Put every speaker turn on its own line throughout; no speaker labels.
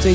最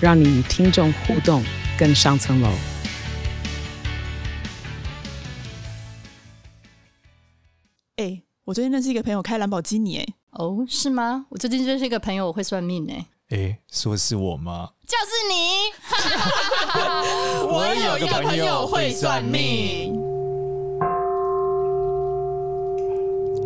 让你与听众互动更上层楼。
哎、我最近认识一个朋友开兰博基尼、哎，
哦，是吗？我最近认识一个朋友，我会算命哎、
诶，说是我吗？
就是你。
我有个朋友会算命。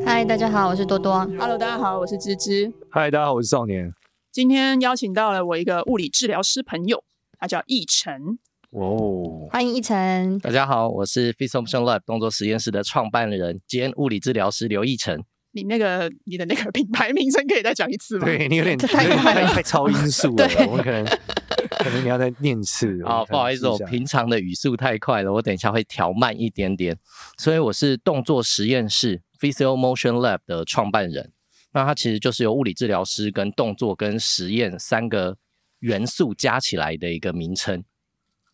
嗨，大家好，我是多多。
Hello，大家好，我是芝芝。
嗨，大家好，我是少年。
今天邀请到了我一个物理治疗师朋友，他叫奕晨。
哦，
欢迎一晨，
大家好，我是 f i s o m p t i o n Lab 动作实验室的创办人兼物理治疗师刘奕晨。
你那个你的那个品牌名称可以再讲一次吗？
对你有点
这太
有点
快了
太超音速了，我可能可能你要再念一 次。
哦，不好意思，我
平
平常的语速太快了，我等一下会调慢一点点。所以我是动作实验室 Physio Motion Lab 的创办人。那它其实就是由物理治疗师跟动作跟实验三个元素加起来的一个名称。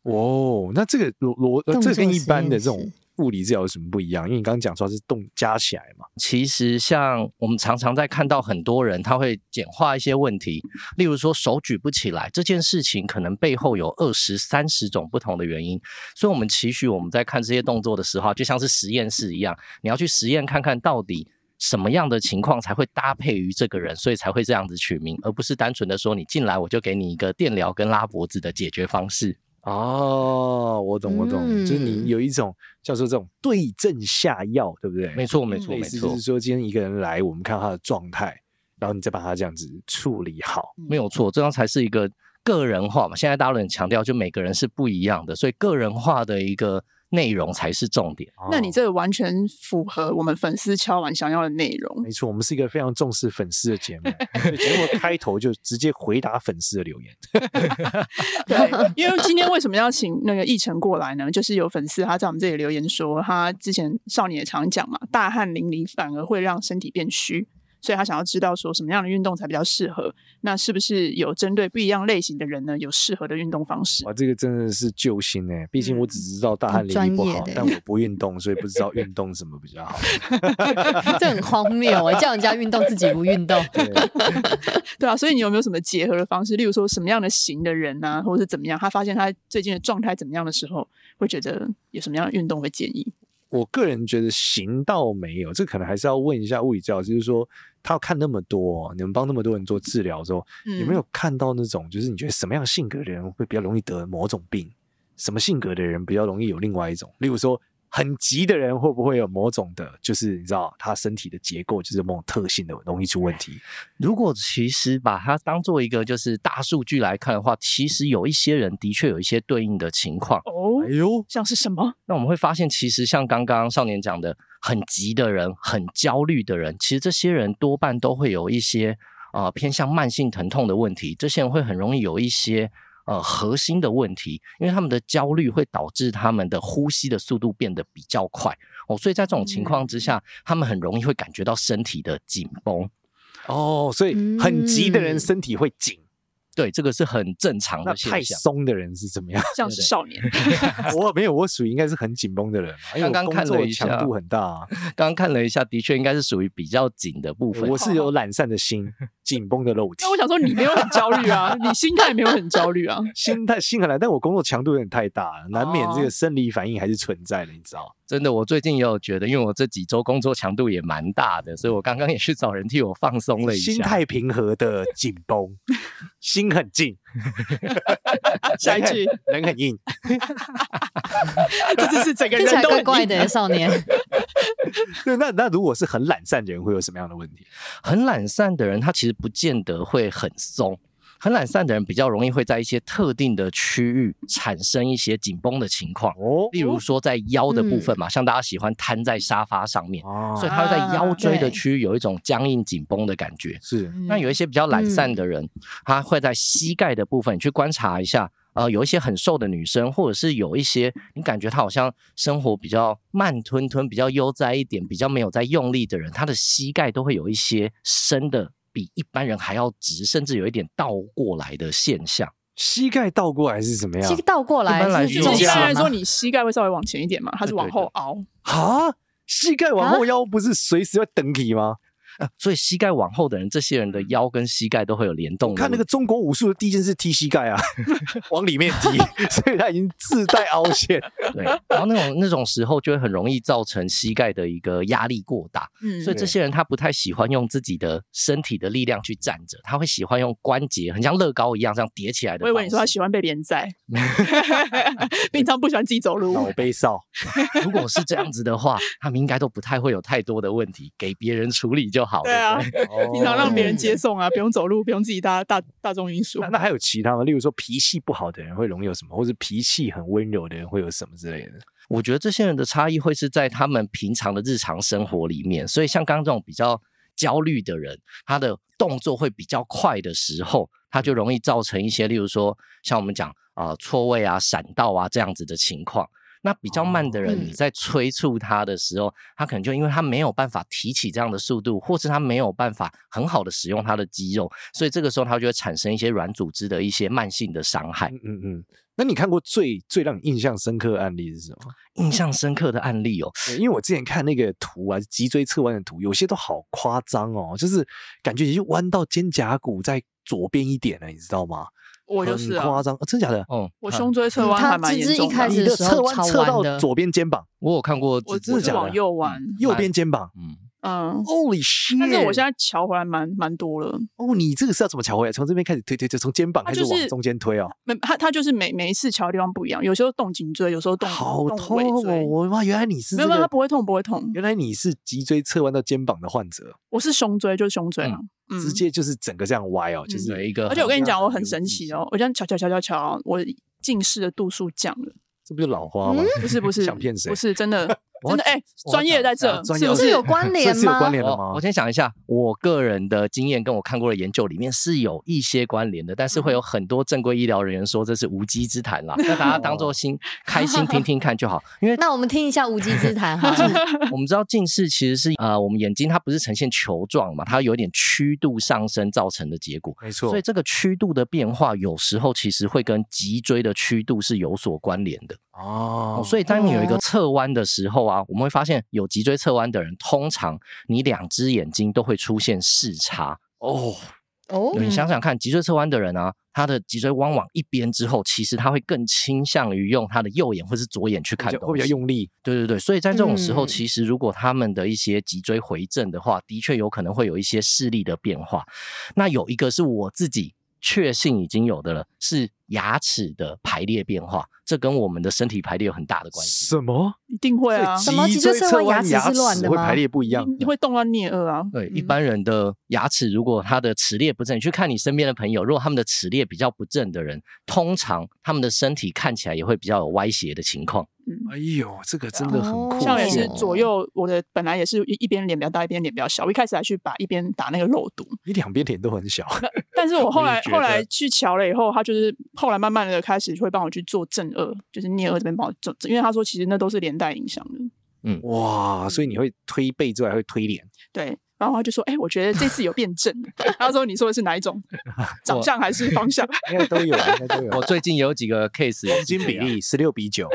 哦，那这个罗罗呃
动
这
作
个跟一般的这
实
种
验室
物理治疗有什么不一样？因为你刚刚讲说它是动加起来嘛。
其实像我们常常在看到很多人，他会简化一些问题，例如说手举不起来这件事情，可能背后有二十三十种不同的原因。所以，我们期许我们在看这些动作的时候，啊就像是实验室一样，你要去实验看看到底什么样的情况才会搭配于这个人，所以才会这样子取名，而不是单纯的说你进来我就给你一个电疗跟拉脖子的解决方式。
哦，我懂我懂，就是
嗯
你有一种叫做这种对症下药，对不对？
没错，没
嗯
错，
类
没
似
错
就是。说今天一个人来，我们看他的状态，然后你再把他这样子处理好。
没有错，这样才是一个个人化嘛。现在大家都很强调，就每个人是不一样的，所以个人化的一个内容才是重点。
那你
哦
这个完全符合我们粉丝敲完想要的内容
没。错，我们是一个非常重视粉丝的节目，所以节目开头就直接回答粉丝的留言。
对，因为今天为什么要请那个奕晨过来呢？就是有粉丝他在我们这里留言说，他之前少年也常讲嘛，大汗淋漓反而会让身体变虚，所以他想要知道说什么样的运动才比较适合。那是不是有针对不一样类型的人呢，有适合的运动方式？
哇，这个真的是救星哎、毕竟我只知道大汗淋
很
漓不
专业
好，
的
但我不运动，所以不知道运动什么比较好。
这很荒谬哎，叫人家运动自己不 运动，
对，
对啊，所以你有没有什么结合的方式？例如说什么样的型的人啊，或者是怎么样？他发现他最近的状态怎么样的时候，会觉得有什么样的运动会建议？
我个人觉得行倒没有，这可能还是要问一下物理治疗师，就是说他要看那么多，哦你们帮那么多人做治疗之后，
嗯
有没有看到那种就是你觉得什么样性格的人会比较容易得某种病，什么性格的人比较容易有另外一种？例如说很急的人会不会有某种的，就是你知道他身体的结构就是某种特性的容易出问题？
如果其实把它当做一个就是大数据来看的话，其实有一些人的确有一些对应的情况。
哦
哎，呦，
像是什么？
那我们会发现，其实像刚刚少年讲的，很急的人、很焦虑的人，其实这些人多半都会有一些呃偏向慢性疼痛的问题，这些人会很容易有一些。呃，核心的问题，因为他们的焦虑会导致他们的呼吸的速度变得比较快哦，所以在这种情况
嗯
之下，他们很容易会感觉到身体的紧绷。
哦，所以很急的人
嗯
身体会紧，
对，这个是很正常
那
的现
太
象。
松的人是怎么样？
像是
对对
少年，
我没有，我属于应该是很紧绷的人嘛，因为我
刚刚
工
看了
作
一下
强度很大、啊。
刚刚看了一下，的确应该是属于比较紧的部分。哦
我是有懒散的 心，紧绷的肉体
那。我想说，你没有很焦虑啊，你心态没有很焦虑啊。
心态心很懒，但我工作强度有点太大了，难免这
哦
个生理反应还是存在的，你知道？
真的，我最近也有觉得，因为我这几周工作强度也蛮大的，所以我刚刚也去找人替我放松了一下。
心态平和的紧绷，心很静，
下一句，
人很硬。
这就是整个人
听起来
都
怪怪
的。
的欸少 年。
对，那那如果是很懒散的人，会有什么样的问题？
很懒散的人，他其实不见得会很松。很懒散的人比较容易会在一些特定的区域产生一些紧绷的情况，
哦，嗯
例如说在腰的部分嘛，像大家喜欢瘫在沙发上面，所以
哦，
他会在腰椎
啊
的区域有一种僵硬紧绷的感觉。
是
那有一些比较懒散的人，他会在膝盖的部分，你去观察一下。呃有一些很瘦的女生，或者是有一些你感觉她好像生活比较慢吞吞、比较悠哉一点、比较没有在用力的人，她的膝盖都会有一些伸的比一般人还要直，甚至有一点倒过来的现象。
膝盖倒过来是怎么
其
样
实？倒过
啊一般来
来
说
是
就
这
是
瑜
一
伽
般
样
来
吗
说，你膝盖会稍微往前一点嘛，它是往后凹，
啊，膝盖往后腰不是随时会等你吗？
呃所以膝盖往后的人，这些人的腰跟膝盖都会有联动的
看那个中国武术的第一件事踢膝盖 啊，往里面踢， 所以他已经自带凹陷。
对，然后那种那种时候就会很容易造成膝盖的一个压力过大，
嗯
所以这些人他不太喜欢用自己的身体的力量去站着，他会喜欢用关节，很像乐高一样这样叠起来的
我以
方式。
为你说他喜欢被连 载，
嗯
平常不喜欢自己走路。
脑杯少，
如果是这样子的话，他们应该都不太会有太多的问题，给别人处理就好了。
对啊
不，
平
哦
常让别人
嗯
接送啊，不用走路，不用自己搭大大众运输
那。那还有其他吗？例如说脾气不好的人会容易有什么，或是脾气很温柔的人会有什么之类的？
我觉得这些人的差异会是在他们平常的日常生活里面，所以像刚刚这种比较焦虑的人，他的动作会比较快的时候，他就容易造成一些，例如说像我们讲啊、错位啊、闪到啊这样子的情况。那比较慢的人，
嗯
哦
你在催促他的时候，他可能就因为他没有办法提起这样的速度，或是他没有办法很好的使用他的肌肉，所以这个时候他就会产生一些软组织的一些慢性的伤害。
嗯嗯嗯。那你看过最最让你印象深刻的案例是什么？
印象深刻的案例哦，
对因为我之前看那个图啊，脊椎侧弯的图，有些都好夸张哦，就是感觉已经弯到肩胛骨在左边一点了，你知道吗？
我就是
很
啊，
夸张、啊真假的？
哦，
我
嗯
胸椎侧
嗯
弯
他
还蛮
只
严
是一
重的啊
开
你
始
的
时候
侧弯
超
侧
弯
到
的
左边肩膀，
我有看过这，
我
真的
是
假的嗯哎
往右弯，
右边肩膀。
嗯，
嗯，
Holy shit！
哎但是我现在瞧回来蛮蛮多了。
哦，你这个是要怎么调回来？从这边开始推推推，从肩膀
它
开
就
始
是
往中间推哦，
没，它它就是每每一次瞧的地方不一样，有时候动颈椎，有时候动
好
动
痛
尾
哦！
椎。
我的妈，原来你是
没
这
有没有，它
个，
不会痛，不会痛。
原来你是脊椎侧弯到肩膀的患者，
我是胸椎，就是胸椎嘛。嗯，
直接就是整个这样歪哦，就
嗯
是
有一个，
而且我跟你讲，我很神奇，哦，我这样瞧瞧瞧瞧瞧，我近视的度数降了。
这不就老
嗯
花吗？
不是不是，
想骗谁
不是真 的
我
真的哎，
我
专业
讲
在
一下
这，
啊专
是
业哦
不
这
是
有关
所以
联
是有
吗
关？联的
哦我
吗
我？先想一下，我个人的经验跟我看过的研究里面是有一些关联的，但是会
嗯
有很多正规医疗人员说这是无稽 之谈啦，那大家当做心开心听听看就好，因为
那我们听一下无稽之谈 哈，
我们知道近视其实是呃，我们眼睛它不是呈现球状嘛，它有点曲度上升造成的结果。
没错
所以，这个曲度的变化，有时候其实会跟脊椎的曲度是有所关联的。
哦
哦，所以当你有一个侧弯的时候啊，我们会发现有脊椎侧弯的人，通常你两只眼睛都会出现视差。
哦，
哦
对你想想看，脊椎侧弯的人啊，他的脊椎弯往一边之后，其实他会更倾向于用他的右眼或是左眼去
比
看
较
东
会比
西
较。用力，
对对对，所以在这种时
嗯
候，其实如果他们的一些脊椎回正的话，的确有可能会有一些视力的变化。那有一个是我自己确信已经有的了，是牙齿的排列变化，这跟我们的身体排列有很大的关系。
什 么？
一定会啊，
所
什么
以脊
脊椎
椎
侧
侧
弯
弯
牙齿
牙
是乱
齿
的
会
吗
排列不一样，
你会动到颞颌啊。
对，一
嗯
般人的牙齿，如果他的齿列不正，你去看你身边的朋友，如果他们的齿列比较不正的人，通常他们的身体看起来也会比较有歪斜的情况。
哎呦，这个真的很酷
哦
炫，
像也是
哦
左右，我的本来也是一一边脸比较大，一边脸比较小。我一开始还去把一边打那个肉毒，
你两边脸都很小，
但是我后
我也
来
觉
后来
得
去瞧了以后，他就是后来慢慢的开始会帮我去做正颚，就是颞颌这边帮我正，因为他说其实那都是连带影响的。
哇！所以你会推背之外还会推脸，
对，然后他就说：“哎、我觉得这次有变正。” 他说：“你说的是哪一种？长相还是方向
应该都有啊，应该都有啊。
我最近也有几个 case，也
黄
哦是这
金比
啊
样
例十六比九，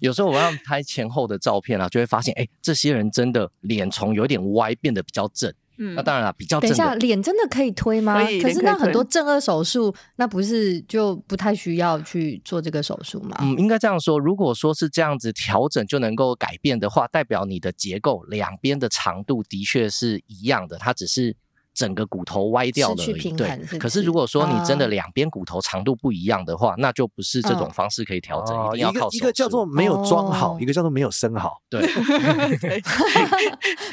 有时候我让他们拍前后的照片啊，就会发现，哎，这些人真的脸从有点歪变得比较正。？”
嗯
那，
啊
当然了，比较
等
正
一下，
的。
脸真的可以推吗？
可以
可
脸
是
可以
那很
推
多正颌手术，那不是就不太需要去做这个手术吗？
嗯，应该这样说。如果说是这样子调整就能够改变的话，代表你的结构两边的长度的确是一样的，它只是整个骨头歪掉了
失去
而已。
平
对
衡是，不
可是
是
如果说你真的
啊
两边骨头长度不一样的话，那就不是这种
嗯
方式可以调整，
哦
一定要
个
靠
一
手
个叫
术
做没有装好，
哦
一个叫做没有生好，
对。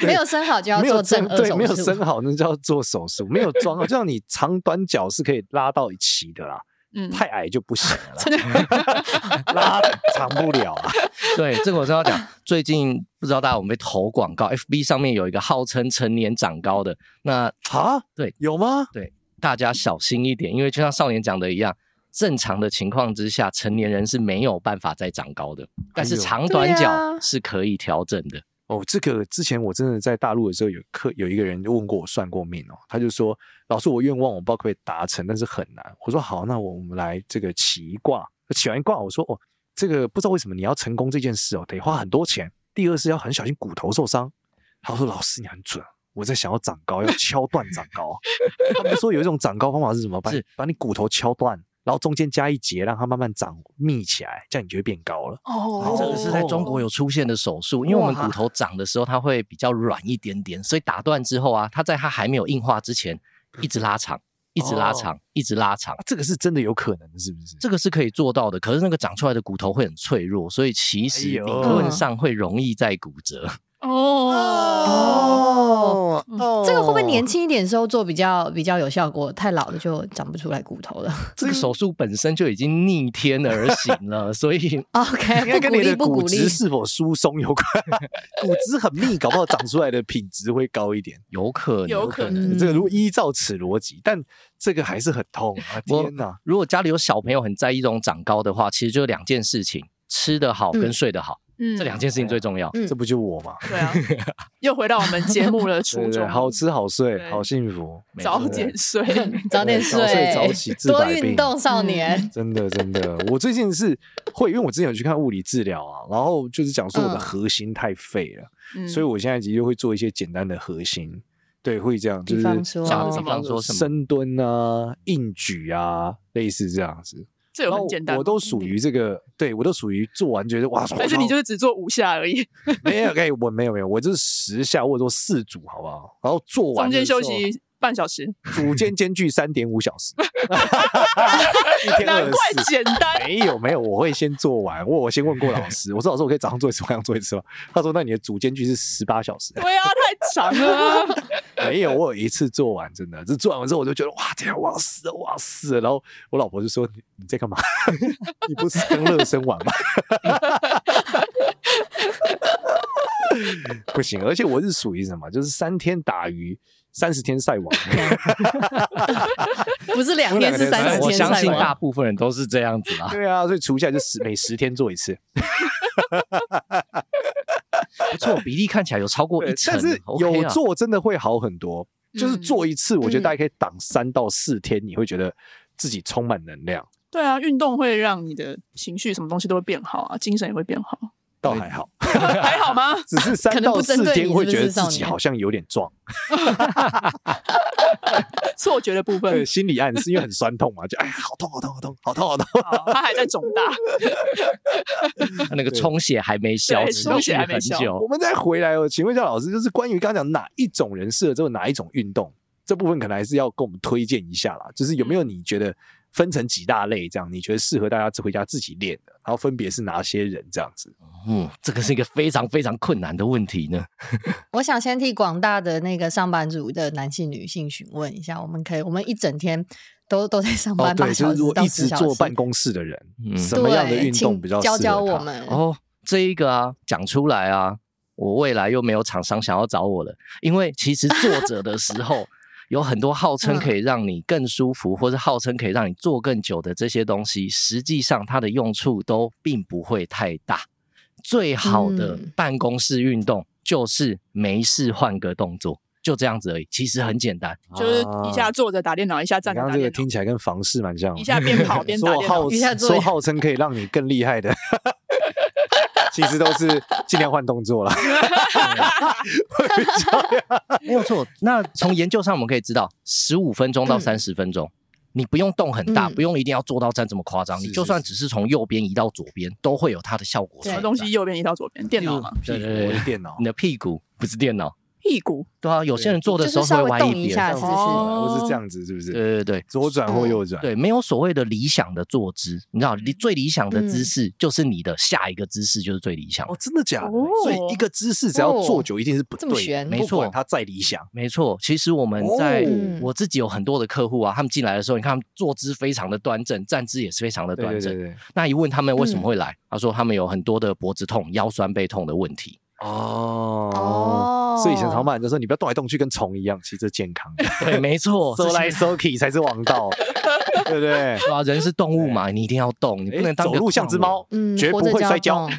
没有生好就要
没有
做
正
正
对，没
颌
有
手术
生。好那叫做手术，没有装好，就像你长短脚是可以拉到一起的啦，
嗯，
太矮就不行了啦， 拉长不了 啊。
对，这个我真要讲。最近不知道大家有没有投广告，FB 上面有一个号称成年长高的，那
啊，
对
有吗？
大家小心一点，因为就像少年讲的一样，正常的情况之下，成年人是没有办法再长高的，但是
哎呦
长
对
短
啊
脚是可以调整的。
哦，这个之前我真的在大陆的时候有客有一个人就问过我算过命哦，他就说老师我愿望我不知道可不可以达成，但是很难。我说好，那我们来这个起一卦，起完一卦我说哦，这个不知道为什么你要成功这件事哦，得花很多钱，第二是要很小心骨头受伤。他说老师你很准，我在想要长高，要敲断长高。他们说有一种长高方法是什么？把
是
把你骨头敲断，然后中间加一节，让它慢慢长密起来，这样你就会变高了。
哦
这个是在中国有出现的手术，因为我们
哇
骨头长的时候它会比较软一点点，所以打断之后啊，它在它还没有硬化之前一直拉长，一直拉长，一直拉长
啊。这个是真的有可能的，是不是？
这个是可以做到的，可是那个长出来的骨头会很脆弱，所以其实
哎
理
呦
论上会容易再骨折。
哦，
哦
哦
这个会不会年轻一点的时候做比较比较有效果？太老了就长不出来骨头了。
这个手术本身就已经逆天而行了，所以
应该
哦 OK，不
跟
鼓
你
励
的
不
骨
鼓励
质。是否疏松有关， 骨质很密，搞不好长出来的品质会高一点。
有可能，
有可
能嗯
这个如果依照此逻辑，但这个还是很痛啊！
我
天哪，
如果家里有小朋友很在意这种长高的话，其实就两件事情：吃得好跟
嗯
睡得好，
嗯
这两件事情最重要。
嗯
这不就我吗？
对啊，又回到我们节目的
对
初
不对，
衷，
好吃好睡
对
好幸福，没
早
错
点睡，
早点
对早睡早
睡
起治
多
百
运
病
动，少年。
真的真的，我最近是会，因为我之前有去看物理治疗啊，然后就是讲说我的
嗯
核心太废了，
嗯
所以我现在其实会做一些简单的核心，对，会这样，就
比
是
方说
像
什
比
么
方说什么？
深蹲啊、硬举啊，类似这样子。
这
然
有
后
很简单吗，嗯
我都属于这个，对我都属于做完觉得哇，
但是你就是只做五下而已，
没有，哎，我没有没有，我就是十下或者说四组，好不好？然后做完
中间
的时候
休，息半小 时，
组间间距三点五小 时，一天
难
二
怪
十四。
简单。
没有没有，我会先做完。我我先问过老师，我说老师我可以早上做一次，晚上做一次吗？他说那你的组间距是十八小时。
对啊，太长了啊，
没有，我有一次做完，真的，这做完之后我就觉得哇，天啊，我要死了，我要死了。然后我老婆就说：“你你在干嘛？ 你不是刚热身完吗？” 不行，而且我是属于什么？就是三天打鱼，三十天晒 网。
不是两天，是
嗯不是两
三
天
十
嗯我
天
相
晒
信大
网。
部分人都是这样子啦。
对啊，所以除下来就十每十天做一次。
不错，比例看起来有超过一
对
成
但是
OK
有
啊
做真的会好很多。就是
嗯
做一次，我觉得大概可以挡三到四天，你会觉得自己充满能量，
对啊，运动会让你的情绪什么东西都会变好啊，精神也会变好，
倒还好。
还好吗？
只是三
可能
到
不针
四
对
天
你
会
是不
觉得
是少
自己
年
好像有点壮。
错觉的部分
对，，心理暗示，因为很酸痛嘛，就哎，好痛，好痛，好痛，好痛，好痛。
好它哦还在肿 大，
那个充血还没消，
对
持续
充血还没
很
消
我
久。
们再回来哦，请问一下老师，就是关于刚刚讲哪一种人适合做哪一种运动，这部分可能还是要跟我们推荐一下啦。就是有没
嗯
有你觉得分成几大类这样，你觉得适合大家回家自己练的，然后分别是哪些人这样子？
嗯，这个是一个非常非常困难的问题呢。
我想先替广大的那个上班族的男性、女性询问一下，我们可以，我们一整天都都在上
哦
班，，八
对，就
小
是如
时
果
到
一
十
直
小时。
坐办公室的人，
嗯
什么样的
对，
运
请
动比较适合
教教我
他？
们。
哦，这一个啊，讲出来啊，我未来又没有厂商想要找我了，因为其实作者的时候有很多号称可以让你更舒服，或是号称可以让你坐更久的这些东西，实际上它的用处都并不会太大。最好的
嗯
办公室运动就是没事换个动作，就这样子而已，其实很简单。
就是一下坐着打电脑，一下
哦你
站着
刚
打
刚这个
电脑
听，起来跟房事蛮像的，
一下边 跑边打
说
电脑
号。
一下做
说号称可以让你更厉害的，其实都是尽量换动作了。
没有错。那从研究上我们可以知道，十五分钟到
嗯
三十分钟，你不用动很大，
嗯
不用一定要做到站这么夸张，
是
你
是
就算
是
只是从右边移到左边，都会有它的效果
对
存
什么
在。
东西右边移到左边，电脑嘛，
对对
我
对嗯
的，电脑
你，的屁股不是电脑。
屁股，
对啊，有些人做的时候
就是稍
会
微
歪
动一
边。
下
这样
是
子
不
哦
是？
我是这样子，是不
对
是？
对对
左转或右转，
对，没有所谓的理想的坐姿，你知道，
嗯
理最理想的姿
嗯
势就是你的下一个姿势就是最理想的
哦，。真的假的？
哦
所以一个姿势只要坐久，一定是不
这么
对的，
悬
没
不管
错
它再理想，
没错，其实我们在、
哦
嗯
我自己有很多的客户啊，他们进来的时候，你看他们坐姿非常的端正，站姿也是非常的
对
端
对对
正。
对，
那一问他们为什么会来，他说他们有很多的脖子痛、腰酸背痛的问题。
哦
哦，
所以以前常骂人就说你不要动来动去，跟虫一样，其实这健康，
对，没错，
搜来
哦这
搜去才是王道，对不对？
是啊，人是动物嘛，你一定要动，你不能
哎
当
走
个
路像
矿
只
物
猫，
嗯，
绝不
活着
会
就要
摔跤
动。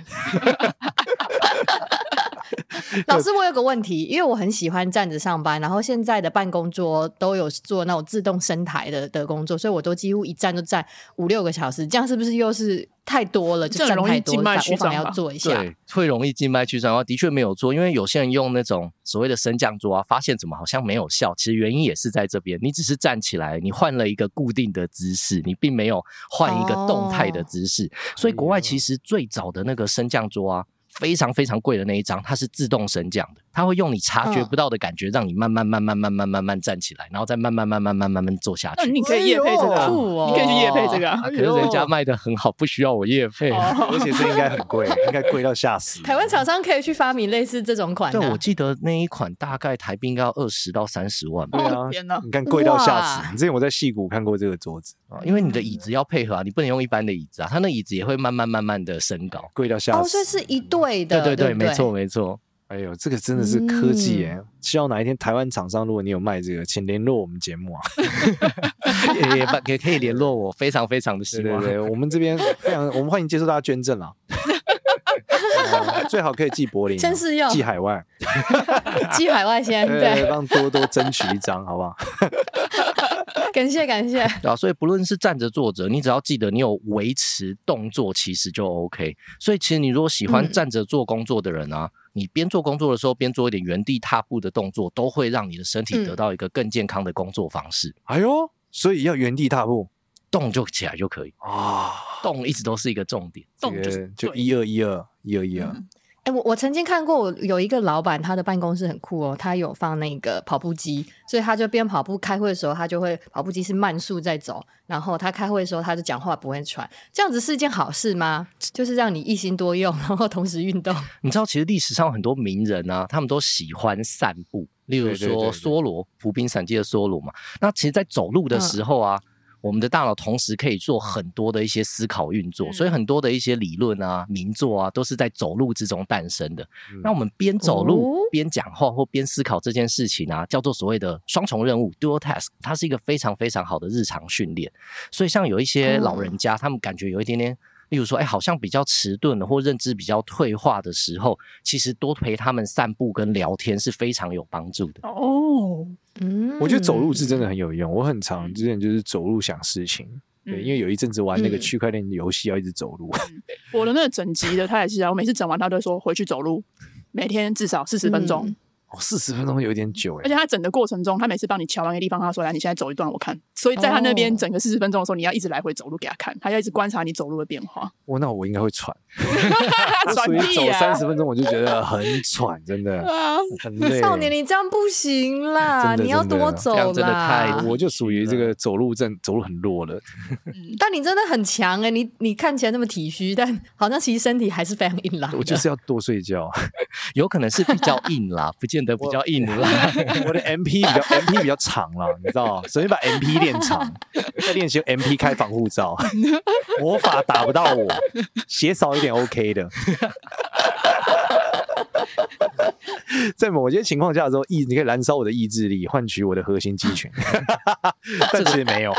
老师，我有个问题，因为我很喜欢站着上班，然后现在的办公桌都有做那种自动升台的的工作，所以我都几乎一站就站五六个小时，这样是不是又是太多了？就
这很
站
容易
太多，
静脉
了，
曲
我反而
张
要
吧
做一下。
对，会容易静脉曲张。的确没有做，因为有些人用那种所谓的升降桌啊，发现怎么好像没有效，其实原因也是在这边，你只是站起来，你换了一个固定的姿势，你并没有换一个动态的姿势。
哦
所以国外
哎
其实最早的那个升降桌啊。非常非常贵的那一张，它是自动升降的，它会用你察觉
嗯
不到的感觉，让你慢慢慢慢慢慢慢慢站起来，然后再慢慢慢慢慢慢慢慢坐下
那
去。
你可以夜配这个啊，
哎呦酷哦
你可以去夜配这个啊。哦
啊可是人 家卖的很好，不需要我业费。
而且这应该很 贵，应该贵到吓死。
台湾厂商可以去发明类似这种款啊的、
对，我记得那一款大概台币应该要二十到三十万吧，
对
哦
啊
天哪，
你看贵到吓
哇
死。你之前我在戏谷看过这个桌子，哦
嗯
啊因为你的椅子要配合啊，你不能用一般的椅子啊，它那椅子也会慢慢慢慢的升高。
贵到吓
哦，
死
所以。是一对的，
对
对
对
不
没错。没错，
哎呦，这个真的是科
嗯
技耶！希望哪一天台湾厂商，如果你有卖这个，请联络我们节目啊。
也也也可以联络我，非常非常的
对
希
对
望。
对，我们这边非常，我们欢迎接受大家捐赠 啦。呃最好可以寄柏林啊，
真是要
寄海外，
寄海外先，
对，
对，
帮多多争取一张，好不好？
感谢感谢。
对啊，所以不论是站着坐着，你只要记得你有维持动作，其实就 OK。所以其实你如果喜欢
嗯
站着做工作的人啊，你边做工作的时候边做一点原地踏步的动作，都会让你的身体得
嗯
到一个更健康的工作方式。
哎呦，所以要原地踏步
动就起来就可以，
啊！
动一直都是一个重点。
这
动就是
个就
对
一二一二一二一二，
哎、我我曾经看过有一个老板，他的办公室很酷哦，他有放那个跑步机，所以他就边跑步开会的时候，他就会跑步机是慢速在走，然后他开会的时候他就讲话不会喘，这样子是一件好事吗？就是让你一心多用，然后同时运动。
你知道，其实历史上很多名人啊，他们都喜欢散步，例如
对对对
说
对
梭罗，《湖滨散记》的梭罗嘛。那其实，在走路的时候啊，我们的大脑同时可以做很多的一些思考运作，
嗯
所以很多的一些理论啊、名作啊，都是在走路之中诞生的。
嗯
那我们边走路
哦
边讲话或边思考这件事情啊，叫做所谓的双重任务 （dual task），它是一个非常非常好的日常训练。所以像有一些
哦
老人家，他们感觉有一点点，例如说，哎，好像比较迟钝了，或认知比较退化的时候，其实多陪他们散步跟聊天是非常有帮助的。
哦，
嗯，
我觉得走路是真的很有用。我很常之前就是走路想事情，对，
嗯
因为有一阵子玩那个
嗯
区块链游戏要一直走路，
我的那个整集的他也是啊，我每次整完他都说回去走路，每天至少四十分钟，
嗯
哦，四十分钟有点久
而
哎
且。他整的过程中，他每次帮你瞧完一个地方，他说来，你现在走一段我看。所以在他那边
哦
整个四十分钟的时候，你要一直来回走路给他看，他要一直观察你走路的变化。
我那我应该会喘，我
传
属于
递
走
啊，
三十分钟我就觉得很喘，真
对
的
啊，
很累。欸
少年，你这样不行啦，
哎真的
你要
真的啊
多
这
走
样真的
啦
太。
我就属于这个走路症，走路很弱了。
但你真的很强哎、你你看起来那么体虚，但好像其实身体还是非常硬朗的。
我就是要多睡觉。
有可能是比较硬啦，不见得比较硬啦。
我的 MP 比较 MP 比较长了，你知道，首先把 MP 练长，再练习用 MP 开防护罩， 魔法打不到我，血少一点 OK 的。 在某些情况下的时候，意你可以燃烧我的意志力，换取我的核心肌群， 但其实没有。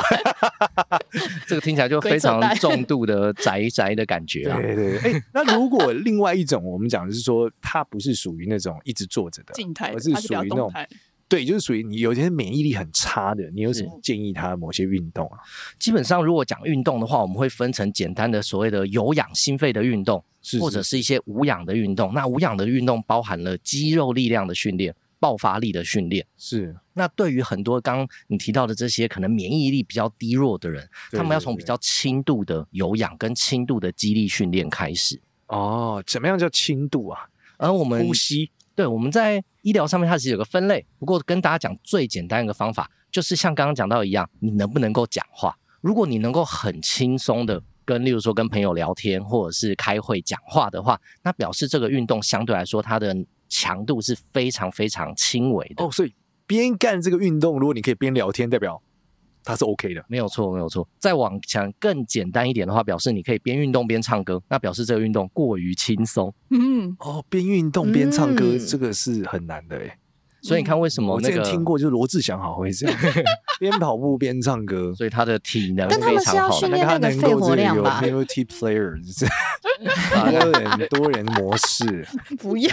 这个听起来就非常重度的宅宅的感觉啊。
对对对，哎，那如果另外一种，我们讲的是说，它不是属于那种一直坐着的，
静态的，
而是
他是比
属
较
于那
动
种
态的。
对，就是属于你有一些免疫力很差的，你有什么建议他某些运动啊？
基本上，如果讲运动的话，我们会分成简单的所谓的有氧心肺的运动，
是
或者是一些无氧的运动。那无氧的运动包含了肌肉力量的训练、爆发力的训练。
是，
那对于很多刚刚你提到的这些可能免疫力比较低弱的人，
对
他们要
对
从
对
比较轻度的有氧跟轻度的肌力训练开始。
哦，怎么样叫轻度啊？
而我们
呼吸
对，我们在医疗上面它其实有个分类，不过跟大家讲最简单一个方法，就是像刚刚讲到一样，你能不能够讲话？如果你能够很轻松的跟，例如说跟朋友聊天或者是开会讲话的话，那表示这个运动相对来说它的强度是非常非常轻微的。
哦哦，所以边干这个运动，如果你可以边聊天，代表它是 OK 的。
没有错，没有错。再往前更简单一点的话，表示你可以边运动边唱歌，那表示这个运动过于轻松。
嗯，
哦，边运动边唱歌，
嗯
这个是很难的哎。
所以你看为什么
嗯我之
那
前
个，
听过，就是罗志祥好会这 样，边跑步边唱歌。
所以他的体能
但他
非
们是
常
要
好
训
的。
练
他
那个
能
肺
够
活
这里
量
有
吧
multi player，就是 多人多人模式，
不要，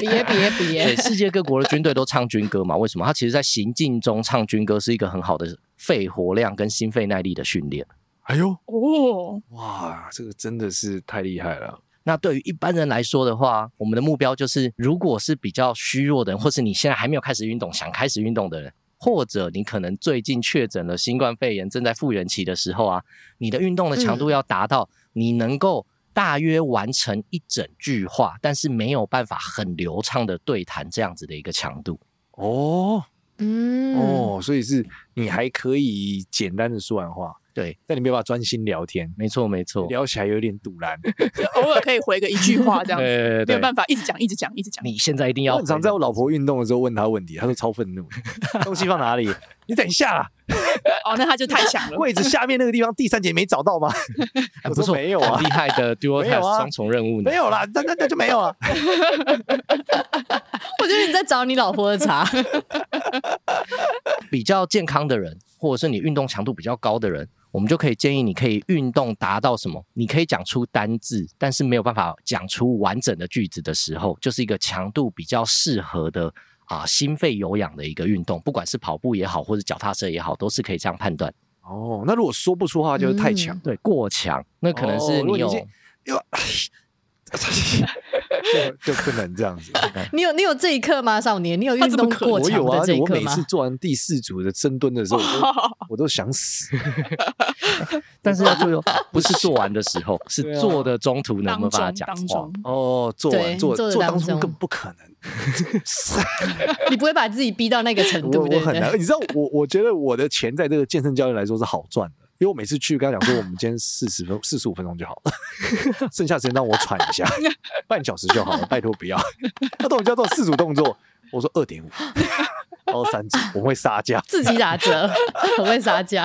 别别
对，
别，
世界各国的军队都唱军歌嘛？为什么？他其实在行进中唱军歌是一个很好的肺活量跟心肺耐力的训练。
哎呦，
哦，
哇，这个真的是太厉害了。
那对于一般人来说的话，我们的目标就是，如果是比较虚弱的人，或是你现在还没有开始运动，想开始运动的人，或者你可能最近确诊了新冠肺炎，正在复原期的时候啊，你的运动的强
嗯
度要达到你能够大约完成一整句话，但是没有办法很流畅的对谈这样子的一个强度。
哦
嗯，
哦，所以是你还可以简单的说完话，
对，
但你没有办法专心聊天，
没错，没错。
聊起来有点堵然。
就偶尔可以回个一句话这样子，
对
没
对
有
对，
办法一直讲，一直讲，一直讲。
你现在一定
我
要
很常在我老婆运动的时候问她问题，她都超愤怒的，东西放哪里？你等一下啦，
哦，那他就太强了。
柜子下面那个地方第三节没找到吗？我
哎不
说
错，
没有啊
很厉，害的 dual
没有
task
啊
双重任务呢
没。有啦，那那那就没有啊了。
我觉得你在找你老婆的 茬，
比较健康的人，或者是你运动强度比较高的人，我们就可以建议你可以运动达到什么？你可以讲出单字，但是没有办法讲出完整的句子的时候，就是一个强度比较适合的啊、心肺有氧的一个运动，不管是跑步也好，或者脚踏车也好，都是可以这样判断。
哦，那如果说不出话就是太强。
对，过强那可能
哦
是
如果
你
你
有、
是哟，嗯 就就不能这样子。
你有你有这一刻吗，少年？你有运
他怎
动
么可能
过
我
强
有啊
的这，一
我
刻
每
吗
次？做完第四组的深蹲的时候，我都我都想死。
但是要注意哦，不是做完的时候，是
对啊
做的中途能
当
不能
中
把它讲
当
话
中。，
哦，做
对
完做
做得
做
当
当中
中
更不可能。
你不会把自己逼到那个程
我
度， 对
我
不
很难，
对？
你知道，我我觉得我的钱在这个健身教练来说是好赚的，因为我每次去跟他讲说，我们今天四十分四十五分钟就好 了，剩下时间让我喘一下，半小时就好了，拜托不 要。他到我叫做四组动作，我说二点五，然后三组，我会杀价。
自己打折，很会撒娇。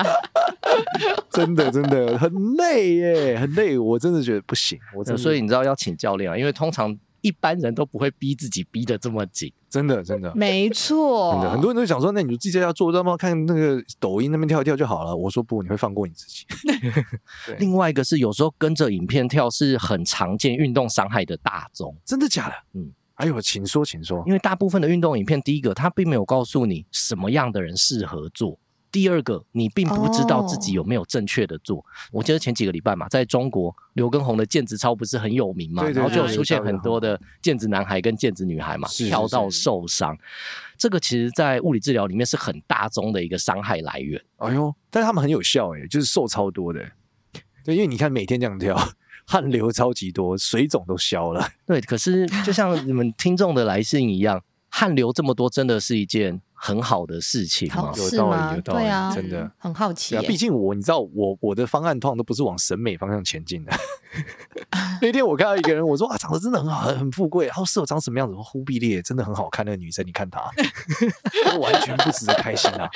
真的真的很累耶，很累，我真的觉得不行，我真
呃
的，
所以你知道要请教练啊，因为通常一般人都不会逼自己逼得这么紧。
真的真的。
没错
真的，，很多人都想说，那你就自己在家做，让他看那个抖音那边跳一跳就好了。我说不，你会放过你自己。 对
另外一个是有时候跟着影片跳是很常见运动伤害的大宗，
真的假的？
嗯
嗯，哎呦，请说，请说
因。为大部分的运动影片，第一个它并没有告诉你什么样的人适合做。第二个，你并不知道自己有没有正确的做。我记得前几个礼拜嘛，在中国，刘畊宏的毽子操不是很有名嘛，
对对
然后就有
对
出现很多的毽子男孩跟毽子女孩嘛，
是是
跳到
是
受伤。这个其实，在物理治疗里面是很大宗的一个伤害来源。
哎呦，但是他们很有效哎，就是瘦超多的。对，因为你看每天这样跳，汗流超级多，水肿都消了。
对，可是就像你们听众的来信一样，汗流这么多，真的是一件很好的事情
好
吗？
有
是
道
吗
理，有？道
对
理，
啊，
真的。
很好奇
对啊，
耶。
毕竟我你知道我我的方案通常都不是往审美方向前进的。 那天我看到一个人，我说啊，长得真的很好，很很富贵，然后室友长什么样子？忽必烈真的很好看，那个女生，你看她，我完全不值得开心啊！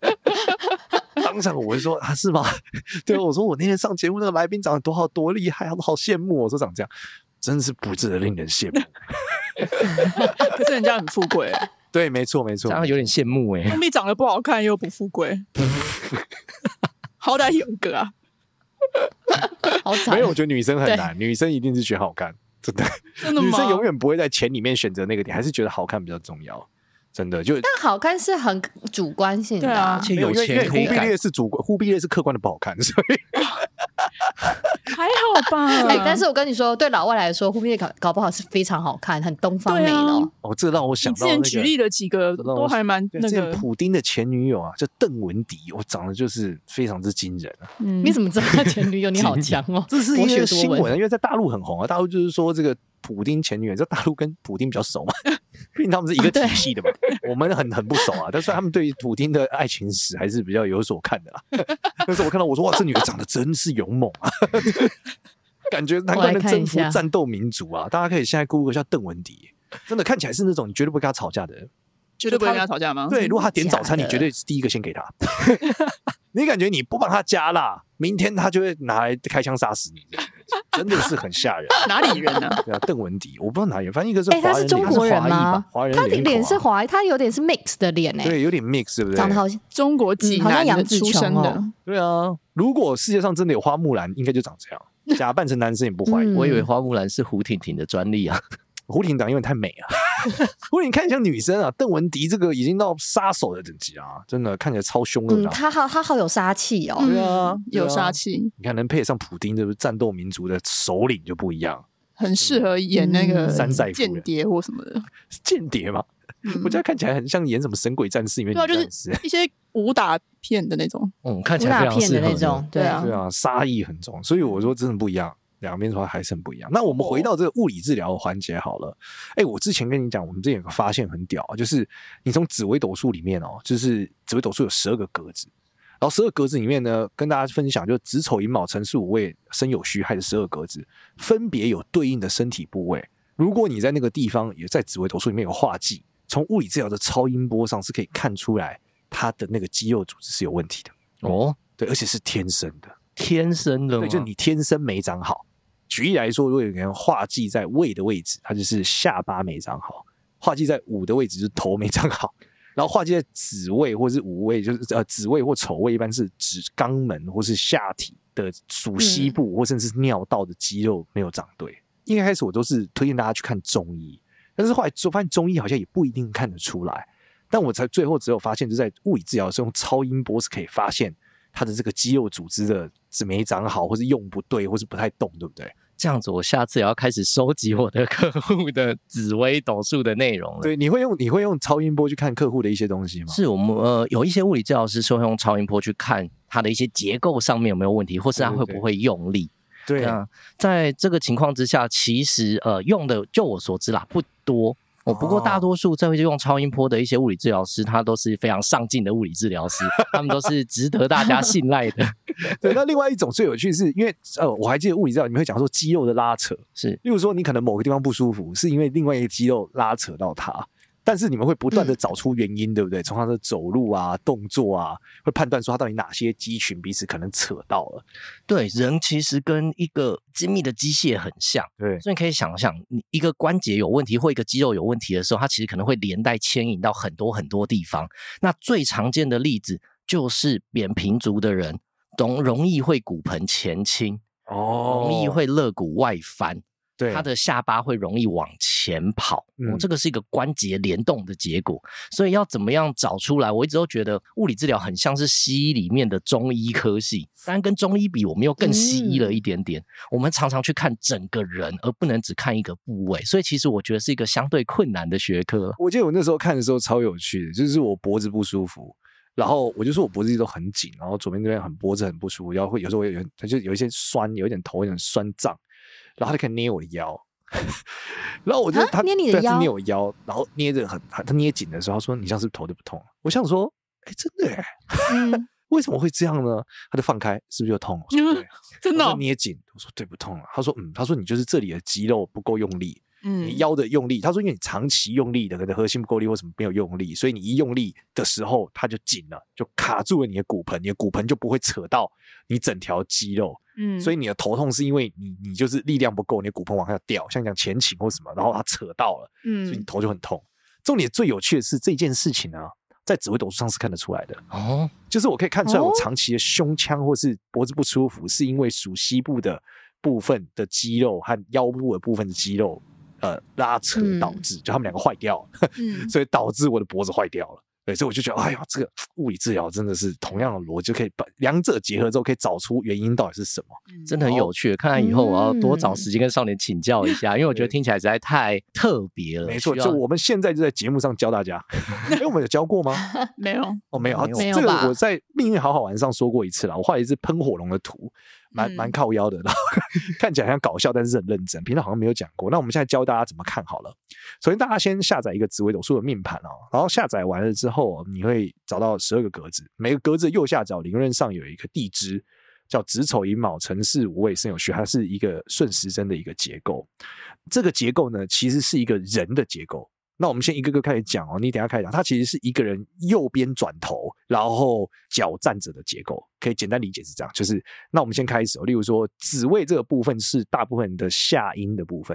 当场我就说啊，是吗？ 对，我说我那天上节目那个来宾长得多好多厉害，他们好羡慕哦我，我说长这样，真的是不值得令人羡慕。
可是人家很富贵，
对，没错，没错
这，样有点羡慕哎、
红丽长得不好看又不富 贵，好歹有一个啊。
好惨，
没有，我觉得女生很
对
难，女生一定是选好看，真的。
真的吗？
女生永远不会在钱里面选择那个点，还是觉得好看比较重要。真的，就
但好看是很主观性的、
对啊
而且
没有
有
因为因
钱
为
可以
忽必
改
烈是主观，忽必烈是客观的不好看，所以
还好吧。
啊
哎、但是我跟你说，对老外来说，忽必烈搞搞不好是非常好看，很东方
啊
美的
嗯
哦、
哦，这让我
你
想
之
到那
前
个
举例了几个，
这让我
都还蛮
对
那
之前
个。
普丁的前女友啊，叫邓文迪，我长得就是非常之惊人啊，
嗯
你怎么知道他前女友？你好强哦、
这是
博
一
学
个
多
新
闻
闻啊，因为在大陆很红啊，大陆就是说这个普丁前女友，在大陆跟普丁比较熟嘛，毕竟他们是一
哦
个体系的嘛，我们很很不熟啊，但是他们对于普丁的爱情史还是比较有所看的啦。 那时候我看到我说哇，这女的长得真是勇猛啊， 感觉难怪能征服
我来看一下
战斗民族啊！大家可以现在 Google 一下邓文迪，真的看起来是那种你绝对不会跟她吵架的人，
绝对不会跟他吵架吗？
对，如果他点早餐，你
假的
绝对是第一个先给他。 你感觉你不帮他加辣，明天他就会拿来开枪杀死你，真的是很吓人。
哪里人 呢、
对啊，邓文迪，我不知道哪里人，反正一个是
哎、
华
他
人
是
脸，
中国人
他是华裔吧
吗？
华人
他的
脸孔啊
脸是华裔，他有点是 mix 的脸哎、
对，有点 mix，对不对
长？得好像
中国籍
嗯好像
男的
杨紫
出生
琼
的，
哦
对啊，如果世界上真的有花木兰，应该就长这样，假扮成男生也 不怀疑。
嗯
我以为花木兰是胡婷婷的专利啊，
胡婷长因为太美了， 胡婷看起来像女生啊，邓文迪这个已经到杀手的等级啊，真的看起来超凶恶
嗯，
的啊。
他好他好有杀气哦。
对啊
嗯
对啊
有杀气，
你看能配得上普丁，这不是战斗民族的首领就不一样，
很适合演那个
嗯
山寨夫人
间谍或什么的。
是间谍嘛？
嗯
我觉得看起来很像演什么神鬼战士里面
对啊，
的
就
女
是
战士。
一些武打片的那种，
嗯，看
武
起来
打
非常
片
适
的
合
那
你
种，对啊
对，啊，杀意很重，所以我说真的不一样，两边说还是很不一样。那我们回到这个物理治疗的环节好了。哎、我之前跟你讲，我们这有个发现很屌啊，就是你从紫微斗数里面哦，就是紫微斗数有十二个格子，然后十二格子里面呢，跟大家分享，就是子丑寅卯辰巳午未申酉戌亥的十二格子，分别有对应的身体部位。如果你在那个地方也在紫微斗数里面有画技，从物理治疗的超音波上是可以看出来他的那个肌肉组织是有问题的，
哦，
对，而且是天生的。
天生的吗，
对，就你天生没长好。举例来说，如果有个人画技在胃的位置，他就是下巴没长好；画技在五的位置就是头没长好；然后画技在子位或是午位，就是呃子位或丑位，一般是指肛门或是下体的属膝部、或甚至是尿道的肌肉没有长对。一开始我都是推荐大家去看中医，但是后来就发现中医好像也不一定看得出来。但我才最后只有发现，就在物理治疗的时候，用超音波是可以发现他的这个肌肉组织的是没长好，或是用不对，或是不太动，对不对？
这样子，我下次也要开始收集我的客户的紫微斗数的内容了。
对，你会用你会用超音波去看客户的一些东西吗？
是我们呃有一些物理治疗师是会用超音波去看它的一些结构上面有没有问题，或是它
对对
会不
对
会用力。
对
那在这个情况之下，其实呃用的就我所知啦不多。哦，不过大
哦
多数在会用超音波的一些物理治疗师，他都是非常上进的物理治疗师，他们都是值得大家信赖的。
对。那另外一种最有趣是，因为呃，我还记得物理治疗你们会讲说肌肉的拉扯，
是
例如说你可能某个地方不舒服，是因为另外一个肌肉拉扯到它。但是你们会不断的找出原因，对不对？从他的走路啊、动作啊，会判断说他到底哪些肌群彼此可能扯到了。
对，人其实跟一个精密的机械很像。
对，
所以你可以想象，你一个关节有问题或一个肌肉有问题的时候，它其实可能会连带牵引到很多很多地方。那最常见的例子就是扁平足的人，容容易会骨盆前倾，
哦
容易会肋骨外翻，
对
他的下巴会容易往前跑。哦
嗯
这个是一个关节联动的结果。所以要怎么样找出来？我一直都觉得物理治疗很像是西医里面的中医科系，当然跟中医比，我们又更西医
嗯
了一点点。我们常常去看整个人，而不能只看一个部位，所以其实我觉得是一个相对困难的学科。
我记得我那时候看的时候超有趣的，就是我脖子不舒服，然后我就说我脖子一直都很紧，然后左边这边很脖子很不舒服，然后会有时候会有它就有一些酸，有一点头有点酸胀，然后他就开始捏我的腰， 然后我就
啊
他
捏你的
对他
腰
捏我腰，然后捏着很他捏紧的时候，他说你这样是不是头就不痛了？我想说，哎，真的哎，
嗯，
为什么会这样呢？他就放开，是不是就痛了？我 说对，
真的
他
哦、
说捏紧，我说对不痛了。他说嗯，他说你就是这里的肌肉不够用力，
嗯
你，腰的用力，他说因为你长期用力的，可能核心不够力或什么没有用力，所以你一用力的时候，它就紧了，就卡住了你的骨盆，你的骨盆就不会扯到你整条肌肉，
嗯，
所以你的头痛是因为你你就是力量不够，你的骨盆往下掉，像讲前倾或什么，然后它扯到了，所以你
嗯，
头就很痛。重点最有趣的是这件事情呢、在紫微斗数上是看得出来的，
哦，
就是我可以看出来我
哦
长期的胸腔或是脖子不舒服，是因为属膝部的部分的肌肉和腰部的部分的肌肉呃拉扯
嗯
导致，就他们两个坏掉了，
嗯
所以导致我的脖子坏掉了。对，所以我就觉得，哎呀，这个物理治疗真的是同样的逻辑，可以把两者结合之后，可以找出原因到底是什么。
真的很有趣。看来以后我要多找时间跟少年请教一下，因为我觉得
嗯对
听起来实在太特别了。
没错，
需要
就我们现在就在节目上教大 家。哎，我们有教过吗？
没有，
哦，没有，啊
没有
这
没有
个
吧
我在《命运好好玩》上说过一次啦，我画了一只喷火龙的图，蛮蛮
嗯
靠腰的，然后 看起来像搞笑，但是很认真。平常好像没有讲过。那我们现在教大家怎么看好了。首先，大家先下载一个紫微斗数的命盘哦，然后下载完了之后，哦你会找到十二个格子，每个格子的右下角理论上有一个地支。叫子丑寅卯辰巳午未申酉戌，它是一个顺时针的一个结构。这个结构呢，其实是一个人的结构，那我们先一个个开始讲哦，你等一下开始讲。它其实是一个人右边转头，然后脚站着的结构，可以简单理解是这样。就是那我们先开始哦，例如说子位这个部分是大部分的下音的部分，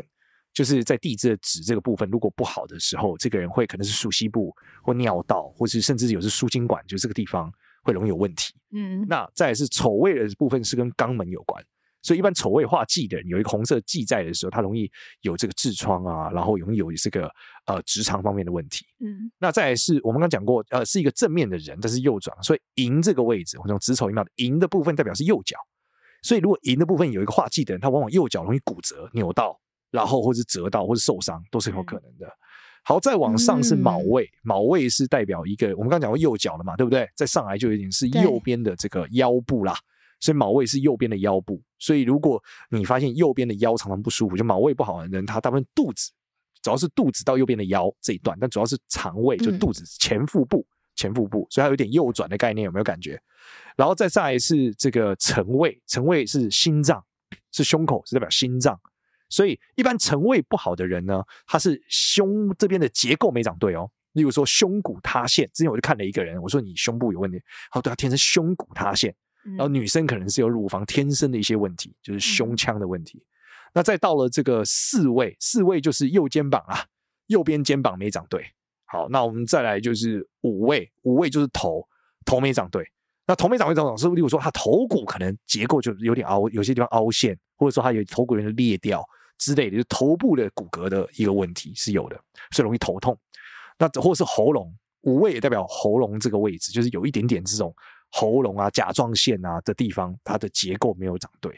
就是在地支的子这个部分，如果不好的时候，这个人会可能是竖膝部或尿道，或是甚至有是输精管，就这个地方会容易有问题。
嗯，
那再来是丑位的部分是跟肛门有关，所以一般丑位化忌的人有一个红色忌在的时候，他容易有这个痔疮啊，然后容易有这个呃直肠方面的问题。
嗯
那再来是我们刚刚讲过，呃，是一个正面的人，但是右转，所以寅这个位置，我从子丑寅卯的寅的部分代表是右脚，所以如果寅的部分有一个化忌的人，他往往右脚容易骨折、扭到，然后或是折到或是受伤，都是很有可能的。好，再往上是卯位，卯位是代表一个我们刚刚讲过右脚了嘛，对不对？再上来就有点是
对
右边的这个腰部啦，所以卯位是右边的腰部，所以如果你发现右边的腰常常不舒服，就卯位不好的人，他大部分肚子主要是肚子到右边的腰这一段，但主要是肠胃，就
嗯
肚子前腹部、前腹部，所以它有点右转的概念，有没有感觉？然后再上来是这个肠胃，肠胃是心脏，是胸口，是代表心脏。所以一般肠胃不好的人呢，他是胸这边的结构没长对哦。例如说胸骨塌陷，之前我就看了一个人，我说你胸部有问题，他说对他啊天生胸骨塌陷。
嗯
然后女生可能是有乳房天生的一些问题，就是胸腔的问题。那再到了这个四位，四位就是右肩膀啊，右边肩膀没长对。好，那我们再来就是五位，五位就是头，头没长对。那头没长对长长是，例如说他头骨可能结构就有点凹，有些地方凹陷，或者说他有头骨有点裂掉之类的，就是头部的骨骼的一个问题是有的，所以容易头痛。那或者是喉咙，五味也代表喉咙这个位置，就是有一点点这种喉咙啊、甲状腺啊的地方，它的结构没有长对。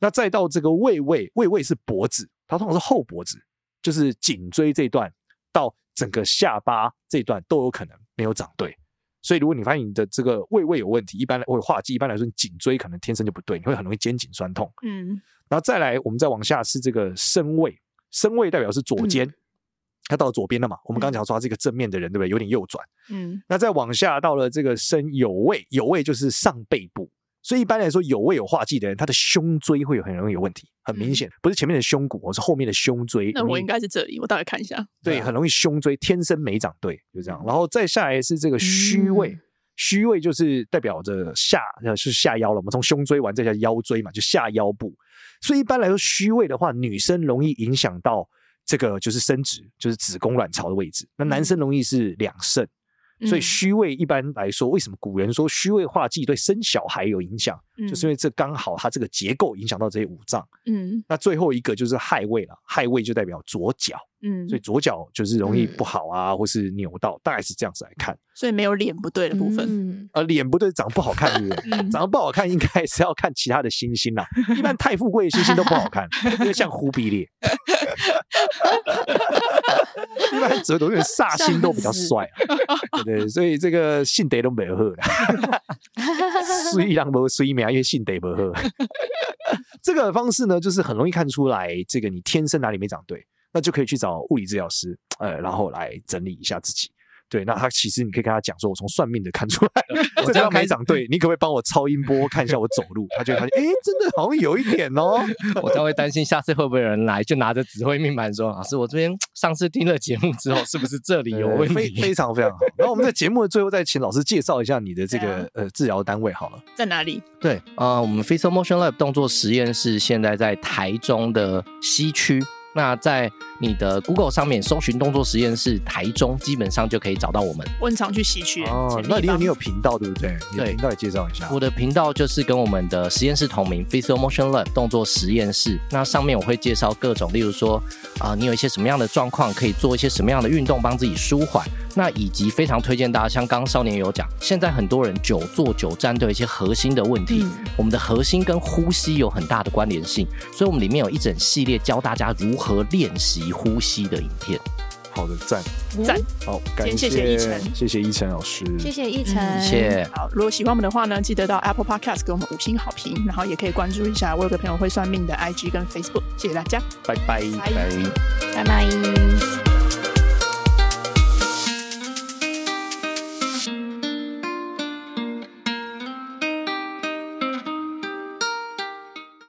那再到这个胃胃，胃胃是脖子，它通常是后脖子，就是颈椎这一段到整个下巴这一段都有可能没有长对。所以如果你发现你的这个胃胃有问题，一般来会化忌，一般来说你颈椎可能天生就不对，你会很容易肩颈酸痛。
嗯
然后再来，我们再往下是这个身位，身位代表是
嗯
左肩，它到了左边了嘛？我们刚刚讲说它是一个正面的人，对不对？有点右转。
嗯
那再往下到了这个身有位，有位就是上背部，所以一般来说有位有化忌的人，他的胸椎会有很容易有问题，很明显，不是前面的胸骨，而是后面的胸椎。
嗯那我应
该
该是这里，我大概看一下。
对，很容易胸椎天生没长对，就这样。然后再下来是这个虚位。
嗯
虚位就是代表着下，呃，是下腰了。我们从胸椎玩再加腰椎嘛，就下腰部。所以一般来说，虚位的话，女生容易影响到这个就是生殖，就是子宫卵巢的位置。那男生容易是两肾，所以
嗯
虚位一般来说，为什么古人说虚位化忌对生小孩有影响，就是因为这刚好它这个结构影响到这些五脏。
嗯
那最后一个就是亥位了，亥位就代表左脚，
嗯，
所以左脚就是容易不好啊，或是扭到，大概是这样子来看。
所以没有脸不对的部分。
嗯
呃，脸不对，长得不好看，对不对？
嗯
长得不好看，应该是要看其他的星星啦。一般太富贵的星星都不好看，因为像忽必烈，一般折都是煞星都比较帅、啊，对不对，所以这个性德都没喝啦，虽然没虽然因为性德没喝。 这个方式呢，就是很容易看出来，这个你天生哪里没长对，那就可以去找物理治疗师，呃，然后来整理一下自己。对，那他其实你可以跟他讲说，我从算命的看出来了， 这地方没长对，你可不可以帮我超音波看一下我走路？ 他就会发现，哎，真的好像有一点哦。
我才会担心下次会不会有人来，就拿着指挥命盘说：“老师，我这边上次听了节目之后，是不是这里有问
非
题
非常非常好。然后我们在节目的最后再请老师介绍一下你的这
对
个
啊
呃治疗单位好了。？”
在哪里？
对，呃，我们 Physical Motion Lab 动作实验室现在在台中的西区。那在你的 Google 上面搜寻动作实验室台中，基本上就可以找到我们。
我很常去西区。前
哦那
立
你有
方
你有频道对不对？你的
对
频道也介绍一下。
我的频道就是跟我们的实验室同名 Physical Motion Lab 动作实验室。那上面我会介绍各种，例如说，啊、你有一些什么样的状况，可以做一些什么样的运动帮自己舒缓。那以及非常推荐大家，像刚刚少年有讲，现在很多人久坐久站都有一些核心的问题。
嗯
我们的核心跟呼吸有很大的关联性，所以我们里面有一整系列教大家如何练习呼吸的影片。
好的，赞
赞
好，感
天谢谢
谢
依晨
谢谢依晨老师，
谢谢一
嗯
晨，
谢谢。
好，如果喜欢我们的话呢，记得到 Apple Podcast 给我们五星好评，然后也可以关注一下我有个朋友会算命的 IG 跟 Facebook。谢谢大家，
拜拜
拜
拜
拜
拜。